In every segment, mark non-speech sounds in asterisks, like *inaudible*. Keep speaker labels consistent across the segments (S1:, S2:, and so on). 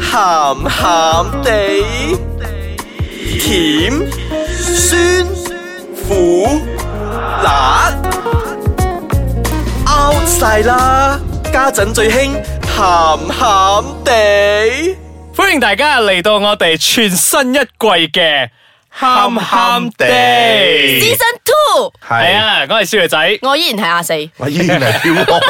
S1: 鹹鹹地，甜酸苦辣 out 晒啦！家陣最興鹹鹹地。
S2: 歡迎大家嚟到我哋全新一季嘅鹹鹹地，
S3: Season Two，
S2: 係啊，我係少爺仔。
S3: 我依然係阿四，
S4: 我依然係標王。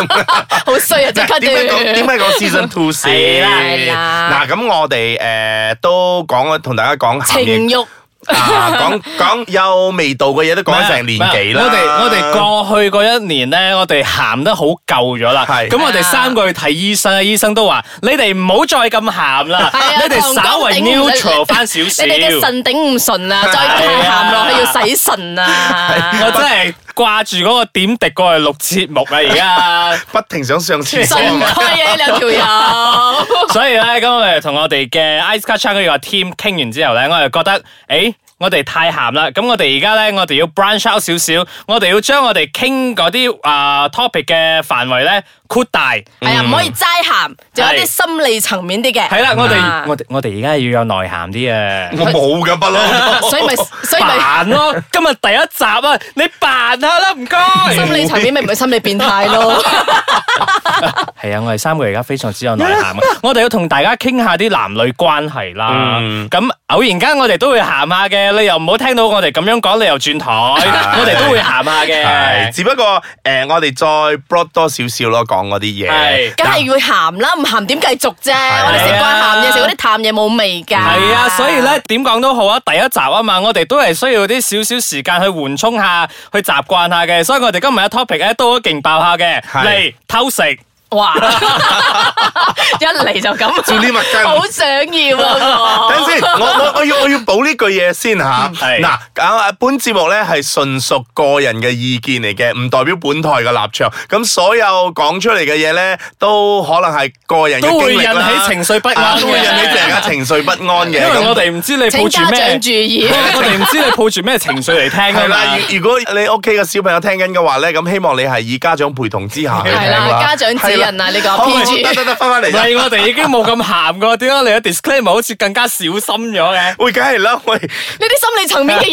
S3: 好衰啊！即刻
S4: 點解講點解講
S2: *laughs*
S4: season two
S2: 係
S4: 先？
S2: 啦
S3: 係啦
S4: 嗱，咁我哋誒都講咗同大家講鹹
S3: 情
S4: 嘢，
S3: 慾
S4: 啊講講有味道嘅嘢都講咗成年幾啦。
S2: 我哋我哋過去嗰一年咧，我哋鹹得好夠咗啦。
S4: 係
S2: 咁我哋三個去睇醫生，醫生都話：你哋唔好再咁鹹啦
S3: 係啊，
S2: 你哋稍為
S3: 糖精唔
S2: neutral 翻少
S3: 你
S2: 少。
S3: 哋嘅腎頂唔順啊，再
S2: 係啊
S3: 鹹落去要洗腎
S2: 我
S3: 啊！
S2: 真係掛住嗰個點滴過嚟錄節目啊！而家。
S4: 不停想上廁所啊
S3: 腎
S4: 嘛。
S3: 虧啊！呢兩條友， *laughs*
S2: 所以咧，咁我哋同我哋嘅 Ice Cut c h a n 呢個 team 傾完之後咧，我哋覺得，誒、我哋太鹹啦，咁我哋而家咧，我哋要 branch out 少少，我哋要將我哋傾嗰啲啊 topic 嘅範圍咧擴大，
S3: 係啊，唔可以齋鹹，仲有啲心理層面啲嘅。
S2: 係啦，我
S3: 啊
S2: 哋我哋我哋而家要有內涵啲啊，
S4: 我冇噶
S2: *laughs*
S4: 不嬲，
S3: 所以咪所以咪
S2: 扮咯，今日第一集啊，你扮下啦，唔該。
S3: *laughs* 心理層面咪唔係心理變態咯。
S2: 係啊，我哋三個而家非常之有內
S4: *laughs*
S2: 涵啊！我哋要同大家傾下啲男女關係啦。
S4: 嗯
S2: 咁、偶然間我哋都會鹹下嘅，你又唔好聽到我哋咁樣講，你又轉
S4: *laughs*
S2: 台，我哋都會鹹下
S4: 係
S2: 嘅。
S4: 只不過誒，我哋再 broad 多少少咯，講嗰啲嘢
S2: 係。
S3: 梗係要鹹啦，唔鹹點繼續啫？我哋食慣鹹嘢，食嗰啲淡嘢冇味㗎。
S2: 係啊，所以咧點講都好啊，第一集啊嘛，我哋都係需要啲少少時間去緩衝下，去習慣下嘅。所以我哋今日嘅 topic 咧都好勁爆下嘅，
S4: 係
S2: 嚟偷食。
S3: 哇！ *laughs* 一嚟就咁，
S4: 做呢物根
S3: 好想要啊！
S4: 等陣先，我我我要我要補呢句嘢先吓。
S2: 係
S4: 嗱，啊本節目咧係純屬個人嘅意見嚟嘅，唔代表本台嘅立場。咁所有講出嚟嘅嘢咧，都可能係個人嘅
S2: 都會
S4: 經歷啦
S2: 引起情緒不安
S4: 啊都會
S2: 嘅
S4: 引起大家情緒不安嘅。
S2: 因為我
S4: 咁
S2: 哋唔知你抱住
S3: 請家
S2: 咩
S3: 長，注意。
S2: *laughs* 我哋唔知你抱住咩情緒嚟聽
S4: 係
S2: 㗎
S4: 啦
S2: 嘛。，
S4: 如如果你屋企嘅小朋友聽緊嘅話咧，咁希望你係以家長陪同之下去聽
S3: 係啦，家長指引啊，呢個
S4: 好好
S3: PG
S4: 得。得得，翻返嚟
S2: 唔
S4: 啦。
S2: 係，我哋已經冇咁鹹噶，點解你嘅 disclaimer 好似更加小心咗嘅？
S4: 喂，梗係啦，喂。
S3: 呢啲心理層面嘅嘢一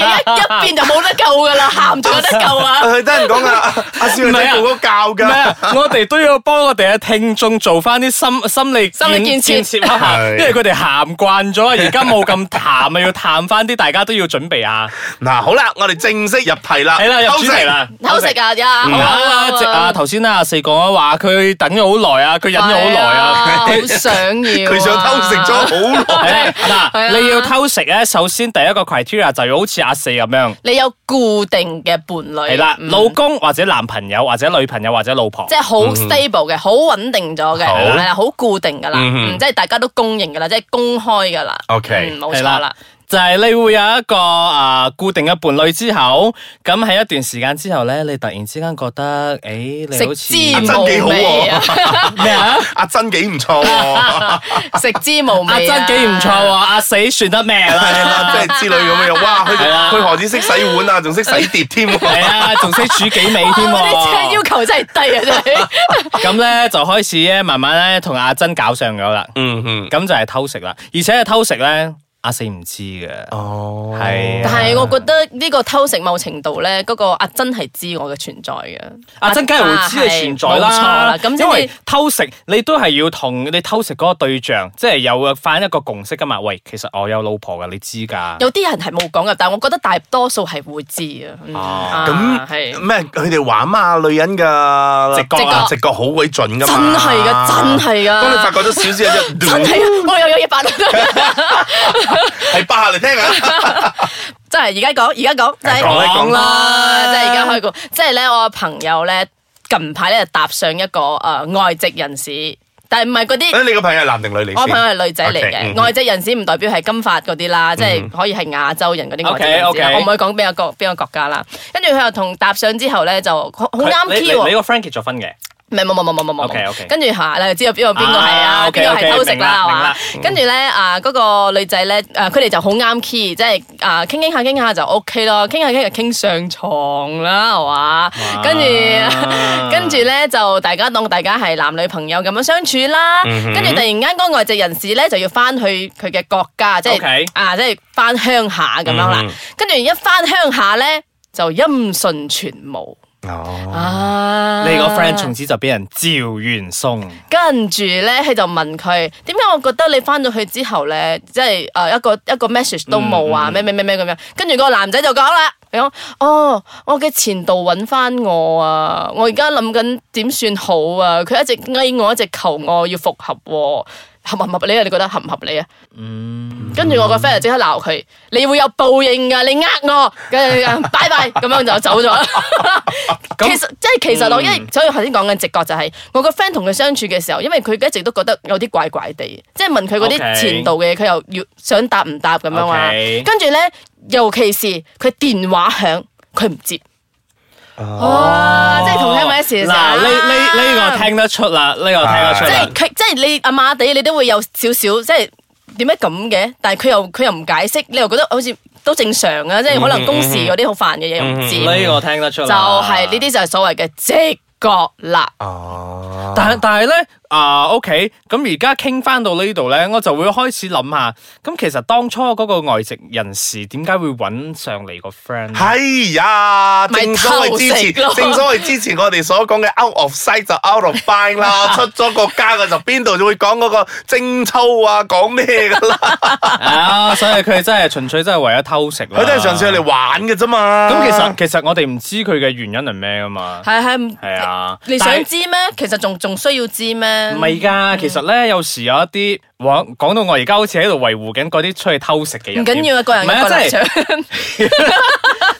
S3: 一邊就冇得救噶啦，鹹仲有得救啊！
S4: 佢得人講噶，阿阿少女
S2: 唔係
S4: 仔
S2: 啊
S4: 做嗰教
S2: 唔係啊
S4: 㗎，
S2: 我哋都要幫我哋嘅聽眾做翻啲心心理
S3: 心理建設
S2: 設啊，
S4: 係
S2: 因為佢哋鹹慣咗，而家冇咁鹹啊，要淡翻啲，大家都要準備下。
S4: 嗱，好啦，我哋正式入題啦，
S2: 係啦，入主題啦，
S3: 偷食啊，呀！
S2: 好啊！直啊，頭先啊，阿四講啊話佢等咗好耐啊，佢忍咗好耐 *laughs* 啊。
S3: 好想要啊。
S4: 佢
S3: 佢
S4: 想偷食咗好耐。
S2: 誒
S3: 係啊
S2: 嗱，你要偷食咧，首先第一個 criteria 就要好似阿四咁樣，
S3: 你有固定嘅伴侶
S2: 係啦，
S3: 嗯
S2: 老公或者男朋友或者女朋友或者老婆
S3: 即。係好 stable 嘅，好穩定咗嘅，
S4: 好
S3: 係啦，好固定噶啦，
S4: 嗯
S3: 嗯即係大家都公認噶啦，即係公開噶啦。
S4: OK
S3: 嗯冇
S2: 係
S3: 錯
S2: 啦
S3: 啦。
S2: 就係你會有一個啊、固定嘅伴侶之後，咁喺一段時間之後咧，你突然之間覺得，誒、你好
S3: 食
S2: 似
S3: 之
S4: 真
S3: 無
S4: 幾好
S3: 味
S4: 喎
S3: *laughs* 啊！
S2: 咩啊？
S4: 阿珍幾唔錯喎，
S3: 食之無
S2: 阿
S3: 味啊，
S2: 珍幾唔錯喎，阿死算得咩
S4: 係
S2: 啦？
S3: *laughs*
S4: 啦，即係之類咁樣。哇，佢
S2: 啊係啦
S4: 佢何止識洗碗啊，仲識洗碟添
S2: 係
S4: 喎。
S2: 啊，仲識煮幾味
S3: 哇！
S2: 添
S3: 你真係要
S2: 喎。
S3: 求真係低啊，真
S2: *laughs*
S3: 係。
S2: 咁咧就開始咧，慢慢咧同阿珍搞上咗啦。
S4: 嗯嗯，
S2: 咁就係偷食啦，而且係偷食咧，阿四唔知嘅。
S4: 哦
S2: 係啊
S3: 但係我覺得呢個偷食某程度咧，嗰個阿珍係知我嘅存在嘅。
S2: 阿珍梗係會知你存在啦，
S3: 啊係冇錯啦。咁
S2: 因為
S3: 即係
S2: 偷食你都係要同你偷食嗰個對象，即係有翻一個共識噶嘛。喂，其實我有老婆噶，你知噶。
S3: 有啲人係冇講嘅，但係我覺得大多數係會知啊嗯。啊
S4: 咁
S3: 係
S4: 咩？佢哋玩嘛，女人嘅
S2: 直覺
S3: 啊
S4: 直覺好鬼準噶
S3: 真
S4: 嘛。
S3: 係噶，真係噶。
S4: 當你發覺咗少少嘢，
S3: 真係啊！我又有嘢扮， *laughs*
S4: 嗯係八下嚟聽下。
S3: 真係而家講，而
S2: 啊
S3: 家講，真係
S4: 講啦講啦
S3: 啊！真係而家開估，即係咧，我朋友咧近排咧搭上一個誒外籍人士，但係唔係嗰啲。
S4: 誒，你個朋友係男定女嚟
S3: 我朋友
S4: 先？
S3: 係女仔嚟
S4: OK，嗯
S3: 嘅，外籍人士唔代表係金髮嗰啲
S2: 嗯
S3: 啦，即係可以係亞洲人嗰啲外籍人士
S2: OK，OK
S3: 啦。我唔可以講邊個國邊個國家啦。跟住佢又同搭上之後咧，就好好
S2: 佢
S3: 啱
S2: 你
S3: key
S2: 你你
S3: 喎。
S2: 個 friend 結咗婚嘅，
S3: 唔係冇冇冇冇冇冇冇
S2: OK，OK
S3: 跟住下你就知道邊個邊個係
S2: 啊
S3: 啊，邊個
S2: OK，OK，
S3: 係偷食啦，係
S2: 明
S3: 嘛
S2: 啦？嗯
S3: 跟住咧啊，嗰個女仔咧，誒佢哋就好啱 key，即係啊傾傾下傾下就 OK 咯，傾下傾下傾上床啦，係嘛？跟住
S2: 啊
S3: 跟住咧就大家當大家係男女朋友咁樣相處啦。
S2: 嗯
S3: 跟住突然間嗰個外籍人士咧就要翻去佢嘅國家，即
S2: OK
S3: 係啊即係翻鄉下咁樣啦
S4: 嗯哼。
S3: 跟住一翻鄉下咧就音訊全無
S4: 哦，
S3: 啊！
S2: 你個 friend 從此就俾人趙元松，
S3: 跟住咧，佢就問佢點解我覺得你翻到去之後咧，即係誒、呃一個一個 message 都冇啊，咩咩咩咩咁樣。跟住個男仔就講啦，佢講哦，我嘅前度揾翻我啊，我而家諗緊點算好啊，佢一直嗌我，一直求我要復合喎、合唔合理啊？你覺得合唔合理啊？跟住我個 friend 就即刻鬧佢，你會有報應㗎，你呃我，跟住就 *laughs* 拜拜咁樣就
S2: *laughs*
S3: 走咗啦。其實即係其實我因為所以我頭先講緊直覺就係、我個 friend 同佢相處嘅時候，因為佢一直都覺得有啲怪怪地，即係問佢嗰
S2: OK
S3: 啲前度嘅嘢，佢又要想答唔答咁樣啊。
S2: OK
S3: 跟住咧，尤其是佢電話響，佢唔接。哇！即係同 M S
S2: 嗱呢呢呢個聽得出啦，呢個聽得出
S3: 即
S2: 啦
S3: 係。佢，即係你阿媽地，你都會有少少即係點解咁嘅？但係佢又佢又唔解釋，你又覺得好似都正常啊！即
S2: 嗯
S3: 係可能公事嗰啲好煩嘅嘢又唔知，
S2: 呢個聽得出
S3: 就
S2: 啦，
S3: 係呢啲就係所謂嘅直覺啦。
S4: 哦，
S2: 但但係咧啊，OK，咁而家傾翻到呢度咧，我就會開始諗下，咁其實當初嗰個外籍人士點解會揾上嚟個 friend？
S4: 係嗯哎呀，
S3: 咪
S4: 正所謂之前
S3: 偷食，咯
S4: 正所謂之前我哋所講嘅 out of sight 就 out of mind
S3: *laughs*
S4: 啦，出咗國家嘅就邊度就會講嗰個貞操啊，講咩
S2: *laughs*
S4: 噶啦，
S2: 啊，所以佢真係純粹真係為咗偷食啦。
S4: 佢都係上次嚟玩啊嘅啫嘛。
S2: 咁其實其實我哋唔知佢嘅原因係咩噶嘛。
S3: 係係
S2: 係啊
S3: 你
S2: 但係
S3: 想知咩？其實仲仲需要知咩？
S2: 唔係㗎，其實咧有時有一啲話講到我而家好似喺度維護緊嗰啲出去偷食嘅人
S3: 唔
S2: 添。
S3: 緊要啊，個人
S2: 唔係
S3: 嘅
S2: 啊
S3: 個
S2: 即係
S3: 立場。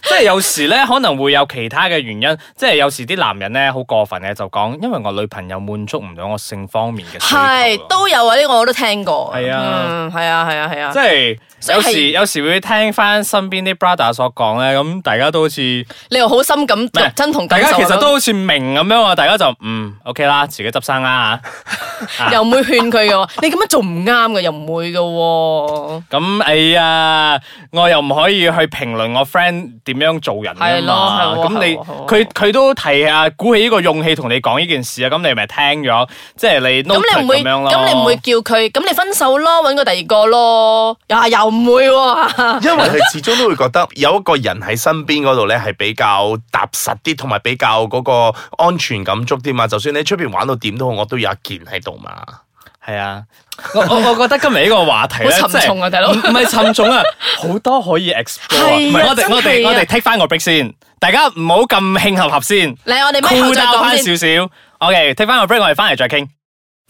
S2: 即係有時咧可能會有其他嘅原因，即係有時啲男人咧好過分嘅就講，因為我女朋友滿足唔到我性方面嘅需求啊。
S3: *laughs* 係都有啊，呢個我都聽過。
S2: 係啊
S3: 嗯，係啊，係啊，係啊
S2: 即。係
S3: 所以
S2: 有
S3: 係
S2: 時有時會聽翻身邊啲 brother 所講咧，咁大家都好似。
S3: 你又好心咁
S2: 係
S3: 真同
S2: 大
S3: 感
S2: 家
S3: 受
S2: 其
S3: 啊
S2: 實都好似明咁樣啊，大家就嗯 OK 啦，自己執生啦嚇。啊
S3: 又唔會勸佢嘅喎，你咁樣做唔啱嘅，又唔會嘅喎。
S2: 咁哎呀，我又唔可以去評論我 friend 點樣做人啊
S3: 係
S2: 嘛。
S3: 咯係喎
S2: 咁你
S3: 係喎
S2: 佢佢都提啊，鼓起呢個勇氣同你講呢件事啊，咁你咪聽咗，即係你 n o
S3: 咁你唔會，
S2: 咁樣咯。
S3: 咁你唔會叫佢，咁你分手咯，揾個第二
S2: *laughs*
S3: 個咯。啊，又唔會喎。
S4: 因為佢始終都會覺得有一個人喺身邊嗰度咧係比較踏實啲，同埋比較嗰個安全感足啲嘛。就算你出邊玩到點都好，我都有一件喺度嘛。
S2: 係啊，我我我覺得今日呢個話題咧，
S3: 好沉重啊大佬
S2: 即係唔唔係沉重啊，好多可以 explore 啊。
S3: 係啊
S2: 唔係我哋
S3: 真係啊
S2: 我哋我哋 take 翻個 break 先，大家唔好咁慶合合先。
S3: 嚟，我哋咪後
S2: cool
S3: 再
S2: down
S3: 講
S2: 翻
S3: 先。
S2: 少少。OK，take 翻個 break，我哋翻嚟再傾。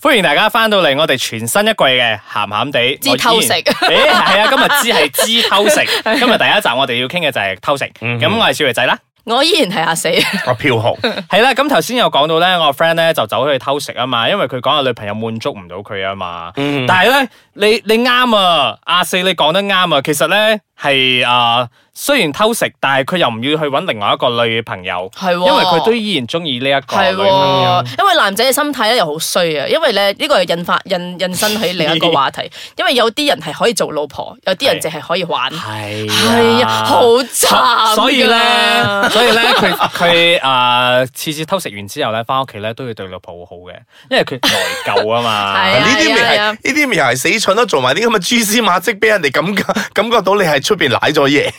S2: 歡迎大家翻到嚟我哋全新一季嘅鹹鹹地
S3: 知偷食
S2: 誒
S3: *laughs*
S2: 係啊，今日知係知偷食。今日第一集我哋要傾嘅就係偷食。咁我係小肥仔啦。
S3: 我依然係
S2: *laughs*
S3: 阿死，
S4: 我票紅，
S2: 係啦，咁頭先有講到咧，我 friend 咧就走去偷食啊嘛，因為佢講個女朋友滿足唔到佢啊嘛。但係咧，你你啱啊，阿四你講得啱啊。其實咧係啊，雖然偷食，但係佢又唔要去揾另外一個女朋友，
S3: 係喎
S2: 因為佢都依然中意呢一個
S3: 係
S2: 女朋友。
S3: 喎，因為男仔嘅心態咧又好衰啊，因為咧呢個係引發引引申起另一
S2: *laughs*
S3: 個話題，因為有啲人係可以做老婆，有啲人
S2: 係
S3: 淨係可以玩。
S2: 係
S3: 係啊，好慘。
S2: 所以咧，，所以咧，佢佢啊，次次偷食完之後咧，翻屋企咧都要對老婆好好嘅，因為佢內疚啊嘛。
S3: 係啊
S4: 呢啲咪
S3: 係
S4: 係
S3: 啊
S4: 呢啲咪又係死蠢咯，做埋啲咁嘅蛛絲馬跡俾人哋感覺感覺到你係出邊舐咗嘢。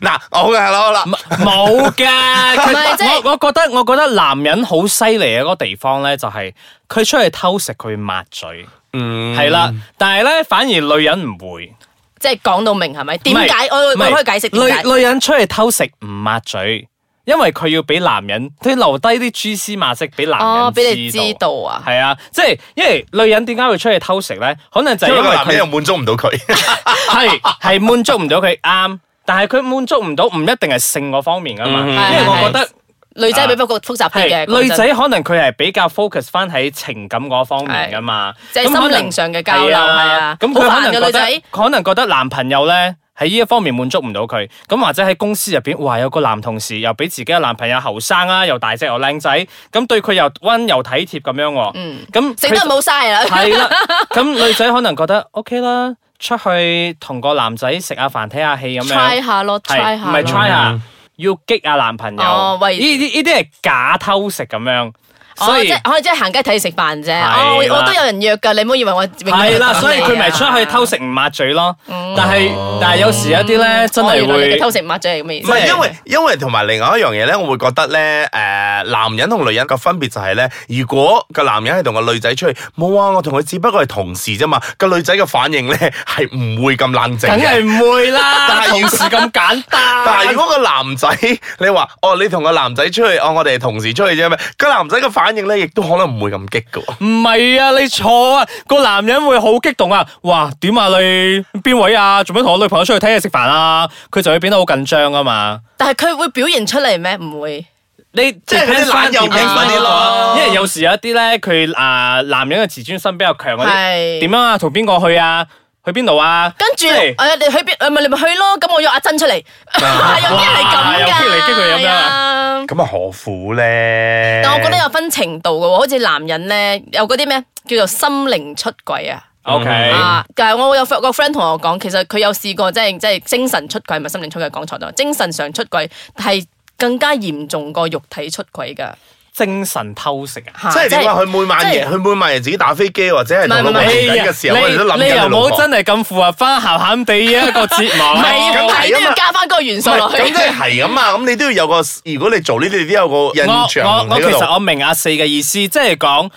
S4: 嗱，好嘅，係啦，好啦，
S2: 冇噶，
S3: 唔係即係
S2: 佢我我覺得我覺得男人好犀利嘅嗰個地方咧，就係佢出去偷食佢抹嘴，
S4: 嗯，
S2: 係啦，但係咧反而女人唔會。
S3: 即係講到明係咪？點
S2: 唔係
S3: 解我我
S2: 唔係
S3: 可以解釋點解？
S2: 女女人出去偷食唔抹嘴，因為佢要俾男人，佢留低啲蛛絲馬跡俾男人
S3: 哦，俾你知道啊！
S2: 係啊，即係因為女人點解會出去偷食咧？可能就係
S4: 因為
S2: 因
S4: 個男人
S2: 為
S4: 又
S2: 佢
S4: 滿足唔到佢。
S2: 係係滿足唔到佢啱，但係佢滿足唔到，唔一定係性嗰方面噶嘛。
S4: 嗯
S2: 因為我覺得
S3: 女仔比不過複雜啲嘅，
S2: 係女
S3: 講真
S2: 仔可能佢係比較 focus 翻喺情感嗰方面噶嘛，
S3: 係即係
S2: 咁可能
S3: 心靈上嘅交流係啊
S2: 咁佢可
S3: 好煩
S2: 能
S3: 嘅
S2: 覺得
S3: 女仔
S2: 可能覺得男朋友咧喺呢一方面滿足唔到佢，咁或者喺公司入邊，哇有個男同事又比自己嘅男朋友後生啦，又大隻又靚仔，咁對佢又温柔體貼咁樣喎，咁
S3: 嗯死得
S2: 佢
S3: 冇嘥啦。
S2: 係啦，咁女仔可能覺得 OK 啦，出去同個男仔食下飯睇下戲咁
S3: try
S2: 樣，
S3: 下咯
S2: 係
S3: ，try 下
S2: 唔
S3: 咯。
S2: 係 try 下
S4: 嗯，
S2: 要激下男朋友，
S3: 哦
S2: 呢
S3: 喂
S2: 啲呢啲係假偷食咁樣，
S3: 哦，
S2: 所
S3: 即
S2: 以
S3: 係。可能即係行街睇食飯啫。
S2: 啦
S3: 哦，我都有人約㗎，你唔好以為我永遠
S2: 係啦，
S3: 都等
S2: 所以
S3: 你啊嗯
S2: 佢咪出去偷食唔抹嘴咯。但係但係有時有啲咧真
S3: 哦
S2: 係
S3: 原來你
S2: 會
S3: 嘅偷食抹嘴係咁嘅意
S4: 唔
S3: 思。
S4: 係因為因為同埋另外一樣嘢咧，我會覺得咧，誒、男人同女人個分別就係咧，如果個男人係同個女仔出去，冇啊，我同佢只不過係同事啫嘛，個女仔嘅反應咧係唔會咁冷靜
S2: 梗
S4: 嘅
S2: 係。唔會
S4: 但
S2: 啦，
S4: 係
S2: 同事咁簡單。
S4: 但係如果個男仔 *laughs* 你話哦，你同個男仔出去，哦，我哋係同事出去啫咩？個男仔嘅反應咧，亦都可能唔會咁激噶喎。
S2: 唔係啊，你錯啊！個男人會好激動啊！哇，點啊你邊位啊？做咩同我女朋友出去睇嘢食飯啊？佢就會變得好緊張啊嘛。
S3: 但係佢會表現出嚟咩？唔會。
S2: 你即係
S4: 係嗰啲懶又
S2: 懶
S4: 勁
S3: 嗰啲咯
S2: 因為有時有一啲咧，佢啊男人嘅自尊心比較強嗰啲，
S3: 係
S2: 點樣啊？同邊個去啊？去邊度啊？
S3: 跟住
S2: 即係
S3: 誒，你去邊？哎誒咪你咪去咯。咁我約阿珍出嚟。
S4: 啊
S3: *laughs* 有啲
S2: *laughs*
S3: 係
S2: 哇
S3: 咁
S2: 有
S3: 㗎。
S2: 啲嚟激佢咁樣啊
S3: 係啊
S4: 咁啊，何苦咧？
S3: 但我覺得有分程度嘅喎，好似男人咧有嗰啲咩叫做心靈出軌啊。
S2: O K，
S4: 嗯
S3: 啊！但係我有個 friend 同我講，其實佢有試過，即係即係精神出軌，唔係心靈出軌，講錯咗。精神上出軌係更加嚴重過肉體出軌㗎。
S2: 精神偷食啊！
S3: 嚇
S4: 即係點啊？佢每晚
S3: 即
S4: 夜，
S3: 係
S4: 佢每晚夜自己打飛機，或者係同老婆
S3: 唔係唔係
S4: 傾
S2: 哎
S4: 偈
S2: 呀
S4: 嘅時候，
S2: 你
S4: 我哋都諗
S2: 你
S4: 緊
S2: 又
S4: 佢老
S2: 冇
S4: 婆
S2: 真。係咁符合翻鹹鹹地嘅一個節目。
S3: 唔係
S4: 咁
S3: 咁係
S4: 係啊
S3: 都
S4: 嘛
S3: 要加翻嗰個元素落去。
S4: 咁即係係咁啊！咁你都要有個，如果你做呢啲，你都有個印
S2: 我
S4: 象
S2: 我我
S4: 喺
S2: 其
S4: 啊嗰
S2: 實
S4: 度。
S2: 我明阿四嘅意思，即係講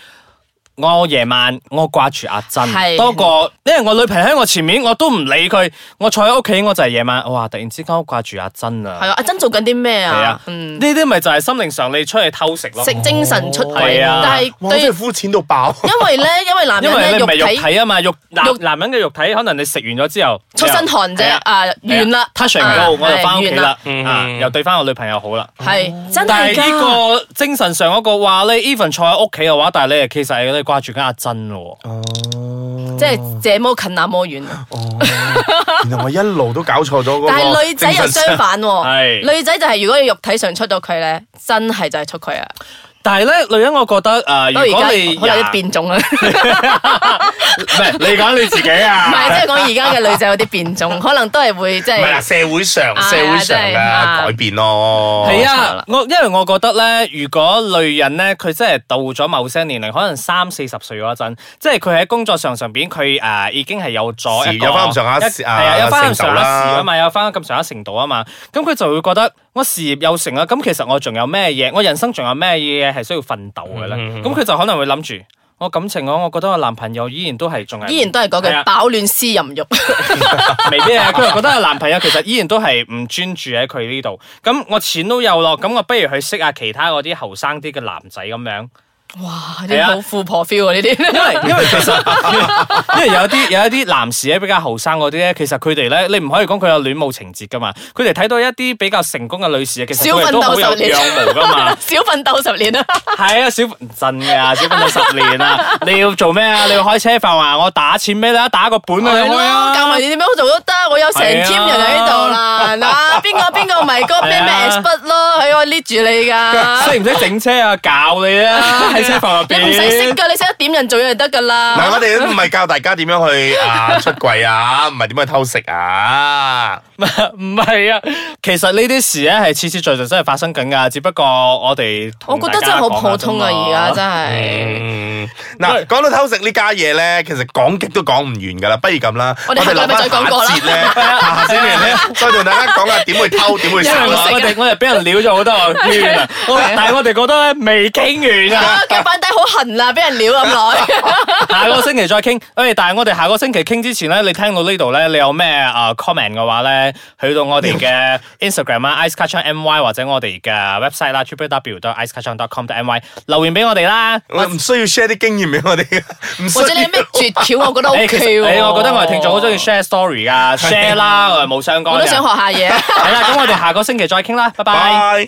S2: 我夜晚我掛住阿珍
S3: 係
S2: 多過，因為我女朋友喺我前面，我都唔理佢。我坐喺屋企，我就係夜晚，哇！突然之間我掛住阿珍
S3: *laughs* 係
S2: 啊，
S3: 啊，阿珍做緊啲咩
S2: 係
S3: 啊
S2: 啊？，
S3: 嗯
S2: 呢，啲咪就係心靈上你出去偷食咯，
S3: 食精神出軌
S2: 係啊，
S3: 但係
S4: 哇！真
S3: 對
S4: 係，膚淺到爆。
S3: *laughs* 因為咧，因為男
S2: 因
S3: 人
S2: 為
S3: 咧
S2: 你
S3: 肉
S2: 唔係
S3: 體
S2: 肉體啊嘛，肉男
S3: 肉
S2: 男人嘅肉體，可能你食完咗之後
S3: 出身汗啫
S2: 係，啊
S3: 啊完啦
S2: ，touch
S3: 啊
S2: and go，我就
S3: 係
S2: 翻屋企
S3: 完
S2: 啦，
S4: 嗯
S2: 啊，又對翻我女朋友好啦。
S3: 係真
S2: 但
S3: 係
S2: 係呢
S3: 㗎。
S2: 個精神上嗰個話咧，even 坐喺屋企嘅話，但係你係其實係你掛住緊阿珍咯。
S4: 哦
S3: 即係這麼近那麼遠，
S4: 原來我一路都搞錯咗嗰個
S3: 但係女仔又
S4: 精神
S3: 相反喎。
S2: *laughs* 係
S3: 女仔就係如果你肉體上出咗佢咧，真係就係出軌啊！
S2: 但係咧，女人我覺得誒、呃
S3: 不過
S2: 如果
S3: 而
S2: 你
S3: 家可能有
S2: 廿
S3: 啲變種啊
S2: *laughs*
S3: 啦，唔
S2: 唔係你講你自己啊，
S3: 係即係講而家嘅女仔有啲
S2: *laughs*
S3: 變種，可能都係會即
S4: 唔係啦，
S3: 係
S4: 社會上
S3: 啊
S4: 社會上嘅
S3: 真係啊
S4: 改變咯。 *laughs*
S2: 係
S3: 冇錯
S2: 啊
S3: 啦，
S2: 我因為我覺得咧，如果女人咧，佢真係到咗某些年齡，可能三四十歲嗰陣，即係佢喺工作上上邊，佢誒已經係有咗一個
S4: 有返咁上下
S2: 一
S4: 事
S2: 係
S4: 啊
S2: 啊，有翻咁上
S4: 程
S2: 下
S4: 度啦
S2: 事啊嘛，有翻咁上下程度啊嘛，咁佢就會覺得我事業有成啊，咁其實我仲有咩嘢，我人生仲有咩嘢係需要奮鬥嘅咧？
S4: 嗯嗯嗯
S2: 咁佢就可能會諗住。我感情我，我覺得我男朋友依然都係仲係，
S3: 依然都係嗰句
S2: 係啊
S3: 飽暖思淫欲，
S2: 未必啊！佢又覺得男朋友其實依然都係唔專注喺佢呢度。咁我錢都有咯，咁我不如去識下其他嗰啲後生啲嘅男仔咁樣。
S3: 哇！
S2: 係
S3: 啲
S2: 啊
S3: 好富婆 feel 啊呢啲。
S2: *laughs* 因為因為其實因為有一啲有一啲男士咧比較後生嗰啲咧，其實佢哋咧你唔可以講佢有戀母情節噶嘛。佢哋睇到一啲比較成功嘅女士，其實
S3: 少
S2: 佢哋
S3: 奮
S2: 都好
S3: 鬥
S2: 有
S3: 十年，
S2: 仰慕 *laughs* 噶
S3: *laughs*
S2: 嘛。
S3: 少奮鬥十年啦，
S2: 係啊，小真噶，小奮鬥十 *laughs* 年啊！你要做咩啊？你要開車飯啊？我打錢咩啦？打個本啊！你
S3: 係
S2: 開啊！
S3: 咯，教埋你點樣做都得，我有成
S2: 係啊
S3: team 人喺度啦，嗱，邊個邊個咪嗰個咩
S2: 係
S3: 咩
S2: 啊
S3: expert 咯，喺我 lead 住你噶，
S2: *laughs* 識唔識整車啊？教你啊！喺車房入
S3: 你
S2: 邊，
S3: 唔使識噶，你識得點人做嘢就得噶
S4: 嗱，
S3: 啦。
S4: 我哋都唔係教大家點樣去啊出
S3: *laughs*
S4: 櫃啊，唔係點樣去偷食啊。
S2: *laughs* 唔係啊，其實呢啲事咧係次次在在真係發生緊噶，只不過我哋
S3: 我
S2: 同
S3: 覺得真係好普通啊，
S2: *laughs*
S3: 而家真
S2: 係。
S3: 係。
S4: 嗯，嗱，講到偷食呢家嘢咧，其實講極都講唔完噶啦，不如咁啦，
S3: 我哋下個禮拜再講過啦
S4: 我哋留翻下
S2: 啊
S4: 一節咧，下節咧再同大家講下點會偷，點會食啊
S2: 因為
S3: *laughs*
S2: 我
S4: 啦。
S2: 我哋我哋俾人撩咗好多個圈啊，我但係我哋覺得咧未傾完啊， *laughs*
S3: 啊，腳板底好痕啦，俾人撩啊咁耐。
S2: 下個星期再傾。誒，但係我哋下個星期傾之前咧，你聽到呢度咧，你有咩啊 comment 嘅話咧，去到我哋嘅 Instagram 啊 icekacang.my 或者我哋嘅 website 啦 www.icekacang.com.my 留言俾我哋啦。
S4: 我唔需要 share 啲經驗俾我哋，唔需
S3: 或者你
S4: 要
S3: 有。咩絕橋，我覺得
S2: 誒
S3: OK
S2: 其實
S3: 喎。
S2: 誒我覺得我哋聽眾好中意 share story
S3: *laughs*
S2: 噶，share 啦，我哋冇相干嘅。
S3: 我都想學下嘢。
S2: 係啦，咁我哋下個星期再傾啦，拜拜。
S4: *laughs* 拜。